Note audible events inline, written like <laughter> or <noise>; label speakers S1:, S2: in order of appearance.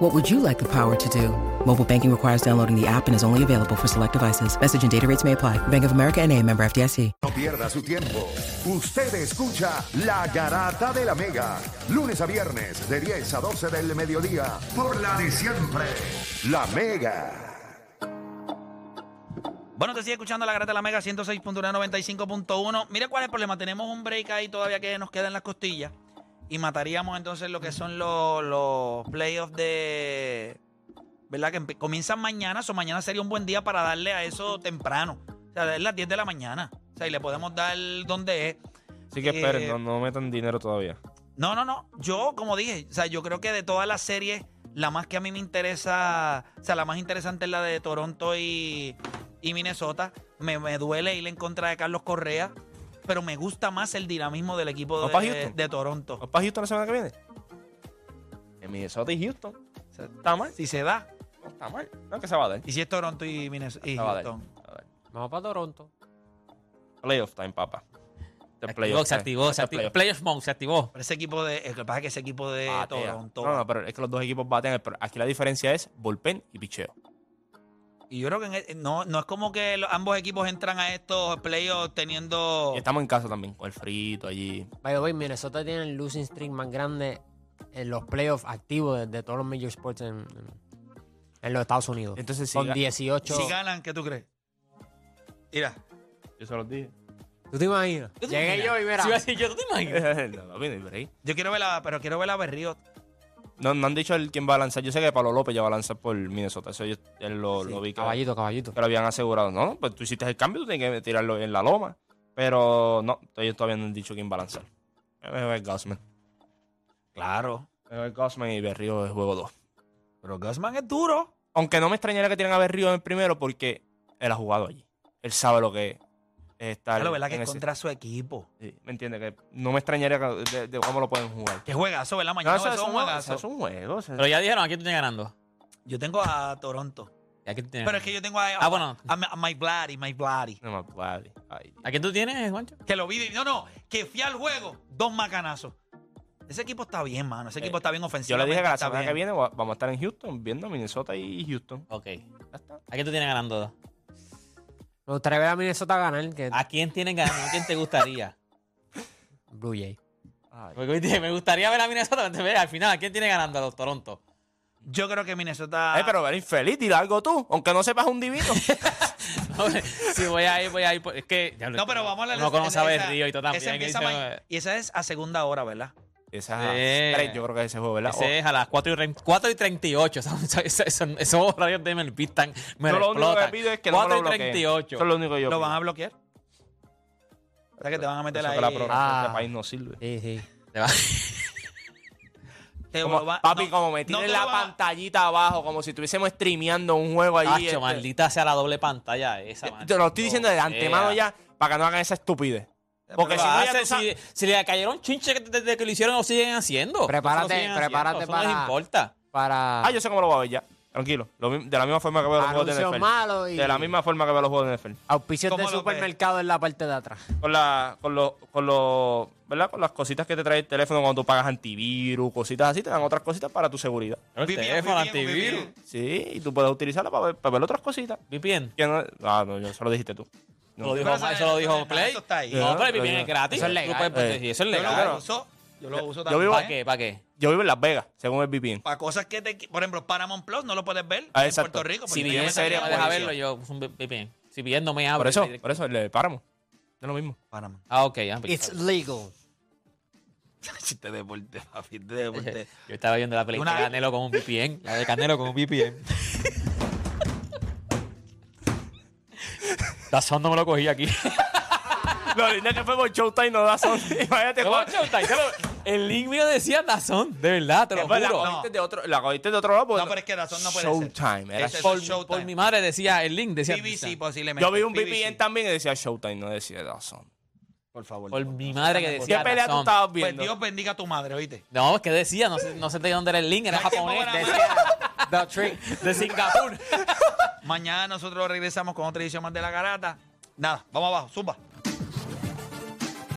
S1: What would you like the power to do? Mobile banking requires downloading the app and is only available for select devices. Message and data rates may apply. Bank of America and a member FDIC.
S2: No pierda su tiempo. Usted escucha La Garata de la Mega. Lunes a viernes de 10 a 12 del mediodía. Por la de siempre. La Mega.
S3: Bueno, te sigue escuchando la Garata de la Mega 106.1, 95.1. Mira cuál es el problema. Tenemos un break ahí todavía que nos queda en las costillas. Y mataríamos entonces lo que son los, los playoffs de. ¿Verdad? Que empe- comienzan mañana. O mañana sería un buen día para darle a eso temprano. O sea, es las 10 de la mañana. O sea, y le podemos dar donde es.
S4: Así que
S3: Eh,
S4: esperen, no, no metan dinero todavía.
S3: No, no, no. Yo, como dije, o sea, yo creo que de todas las series, la más que a mí me interesa, o sea, la más interesante es la de Toronto y, y Minnesota. Me, me duele ir en contra de Carlos Correa, pero me gusta más el dinamismo del equipo
S4: ¿Vamos pa'
S3: de,
S4: Houston?
S3: de Toronto.
S4: ¿Vamos para Houston la semana que viene? En Minnesota y Houston. O sea, Está mal,
S3: Si se da.
S4: no está mal. No, que se va a dar.
S3: Y si es Toronto y Minnesota.
S4: Se va a dar. se va a dar.
S5: Vamos para Toronto.
S4: Playoff time, papá. Este es
S5: Se
S4: playoff
S5: activó,
S4: time.
S5: se activó, se
S4: Este es
S5: activó.
S4: playoff.
S5: Playoff Monk se activó.
S3: Pero ese equipo de. Lo que pasa es que ese equipo de
S4: Batea.
S3: Toronto.
S4: Eh, No, no, pero es que los dos equipos batean. Pero aquí la diferencia es bullpen y picheo.
S3: Y yo creo que en el- no, no es como que los- ambos equipos entran a estos playoffs teniendo.
S4: Y estamos en casa también, con el frito allí.
S5: By the way, Minnesota tiene el losing streak más grande en los playoffs activos de, de todos los major sports en, en- en los Estados Unidos.
S4: Entonces, si
S5: Con
S4: ga-
S5: 18.
S3: Si ganan, ¿qué tú crees? Mira.
S4: Yo se los dije.
S5: ¿Tú te imaginas?
S3: te
S5: Llegué
S3: imaginas?
S5: yo y verás.
S4: <laughs> no, papi, no hay break.
S3: Yo quiero ver la, pero quiero ver la Berrío.
S4: no, no han dicho el quién va a lanzar. Yo sé que Pablo López ya va a lanzar por Minnesota. Eso yo él lo, lo vi que
S5: Caballito, caballito.
S4: que lo habían asegurado. No, no, pues tú hiciste el cambio, tú tienes que tirarlo en la loma. Pero no, ellos todavía no han dicho quién va a lanzar. Eh, Es Gausman.
S3: Claro.
S4: Eh, Es Gausman y Berrío es juego 2.
S3: Pero Guzmán es duro.
S4: Aunque no me extrañaría que tiran a Berrío en el primero porque él ha jugado allí. Él sabe lo que es estar.
S3: Claro, ¿verdad? Que
S4: en
S3: es
S4: ese-
S3: contra su equipo.
S4: Sí, ¿Me entiendes? Que no me extrañaría que- de, de cómo lo pueden jugar.
S3: Que juegazo, ¿verdad?
S4: No,
S3: Mañana
S4: eso,
S3: eso es
S4: eso
S3: un
S4: no, eso
S3: juegazo.
S4: es un juego. eso es-
S5: Pero ya dijeron, aquí tú estás ganando.
S3: Yo tengo a Toronto.
S5: Aquí tú tienes.
S3: Pero es que yo tengo a,
S5: Ah, bueno.
S3: a, a Mike Bloody, Mike Bloody.
S4: No, me vale. Ay,
S5: ¿A quién tú tienes, Juancho?
S3: Que lo vi. No, no. Que fui al juego. Dos macanazos. Ese equipo está bien, mano. Ese
S4: Eh,
S3: equipo está bien ofensivo.
S4: Yo le dije que la semana que viene va- vamos a estar en Houston, viendo a Minnesota y Houston.
S5: Ok.
S4: Ya está.
S5: ¿A quién tú tienes ganando?
S6: Me gustaría ver a Minnesota ganar, que
S5: ¿A quién tienes ganando? ¿A quién te gustaría?
S6: Blue Jay.
S4: Ay.
S5: Porque hoy dije, me gustaría ver a Minnesota. pero mira, Al final, ¿a quién tiene ganando a los Toronto? <laughs>
S3: Yo creo que Minnesota.
S4: Ay, Eh, pero eres infeliz, dile algo tú, aunque no sepas un
S3: <laughs>
S4: divino.
S5: sí, voy a ir, voy a ir. por- Es que. diablo,
S3: No, pero vamos a la
S5: No conoce a
S3: esa-
S5: Berrío y todo también.
S3: esa empieza
S5: y dice,
S4: eh.
S3: ma- Y esa es a segunda hora, ¿verdad?
S4: Esa
S5: Sí.
S4: tres, yo creo que ese juego, ¿verdad?
S5: Ese es a las 4 y, rein- 4 y 38. Son- son- son- son- Esos horarios de MLB están. Me
S4: Yo lo único que
S5: explotan.
S4: pido es que no me
S5: 4 y
S4: lo bloqueen.
S5: 38.
S4: Eso es lo único que yo
S3: Lo
S4: pido.
S3: van a bloquear. O sea que te van a meter
S4: Eso
S3: ahí.
S4: que la programación de este
S6: Ah.
S4: país no sirve.
S6: Sí, sí.
S5: Te va-
S3: Te
S4: Como-
S3: lo va-
S4: papi,
S3: no,
S4: como me
S3: no
S4: tienen
S3: te
S4: la
S3: lo va-
S4: pantallita abajo, como si estuviésemos streameando un juego allí.
S5: Hacho,
S4: este-
S5: maldita sea la doble pantalla esa.
S4: Te- Te
S5: maldito Eh,
S4: lo estoy diciendo de
S5: sea.
S4: antemano ya, para que no hagan esa estupidez.
S5: Pero
S4: Porque si no, ya
S5: hacen,
S4: tú sabes-
S5: si, si le cayeron chinches que- desde que lo hicieron, lo siguen haciendo.
S6: Prepárate,
S5: Eso lo siguen haciendo,
S6: prepárate
S5: eso No les
S6: para-
S5: importa.
S6: Para
S4: Ah, yo sé cómo lo voy a ver ya. Tranquilo. Lo mi- de la misma forma que veo los juegos de
S6: anuncios
S4: NFL.
S6: malos y
S4: De la misma forma que veo los juegos de NFL.
S6: auspicios
S3: ¿Cómo
S6: de
S3: lo
S6: supermercado en la parte de atrás.
S4: Con, la, con, los, con, los, ¿verdad? con las cositas que te trae el teléfono cuando tú pagas antivirus, cositas así, te dan otras cositas para tu seguridad.
S5: El
S3: VPN,
S5: teléfono
S3: VPN,
S5: antivirus.
S3: VPN.
S4: Sí, y tú puedes utilizarla para ver, para ver otras cositas.
S5: VPN.
S4: Que no, ah, no, yo- eso lo dijiste tú. No.
S5: Lo
S3: Pero
S5: dijo,
S3: eso
S5: eso
S3: no-
S5: lo
S3: eso
S5: dijo
S3: no-
S5: Play.
S3: eso está ahí.
S5: No, pero
S4: Eso
S5: el VPN
S4: es
S5: es gratis.
S6: legal.
S5: Tú puedes proteger, Eso es
S3: Yo
S5: legal.
S3: lo uso. Yo lo uso también.
S4: vivo-
S5: ¿Para qué? ¿Para qué?
S4: Yo vivo en Las Vegas, según el VPN.
S3: Para cosas que te. Por ejemplo, Paramount Plus no lo puedes ver
S4: Ah,
S3: en
S4: exacto.
S3: Puerto Rico. porque
S5: Si
S3: yo
S5: bien
S3: me
S5: en
S3: sabía
S5: serio
S4: sería
S5: me
S3: la
S5: deja
S4: buenísimo.
S5: verlo, yo uso un VPN. Si bien no me abre.
S4: Por eso,
S5: directo.
S4: por eso, le páramo. Es lo <laughs> mismo.
S3: Paramount.
S5: Ah, ok. ah, pues,
S6: It's legal.
S3: Si
S4: Este
S3: te deporte, papi, te <laughs> deporte.
S5: <laughs> Yo estaba viendo la película
S3: Una
S5: de
S3: vez-
S5: Canelo con un VPN. La de Canelo con un VPN. Dazón no me lo cogí aquí.
S4: Lo lindo que fue con Showtime no da son. <laughs> Imagínate,
S5: Pero,
S4: Juan-
S5: Showtime, te lo- El link mío decía Dazón, de verdad, te lo
S4: Pues la
S5: juro.
S4: cogiste de otro, la cogiste de otro lado. porque
S3: No, pero es que Dazón no puede
S4: Showtime,
S3: ser.
S4: era
S3: Ese es
S5: Por,
S3: Showtime.
S5: por mi madre decía, el link decía
S3: BBC
S5: Dazón.
S3: posiblemente.
S4: Yo vi un
S3: BBC.
S4: VPN también que decía Showtime, no decía Dawson. Por favor.
S5: Por mi madre que
S4: ¿Qué
S5: decía
S4: pelea tú
S5: Dazón.
S4: estabas
S3: Pues
S4: viendo?
S3: Dios bendiga a tu madre, oíste.
S5: No, es que decía, no sé, no sé de dónde era el link, era
S3: No hay tiempo
S5: japonés.
S3: para
S7: The
S5: De,
S7: trick.
S5: de Singapur.
S3: Mañana nosotros regresamos con otra edición más de La Garata. Nada, vamos abajo, zumba.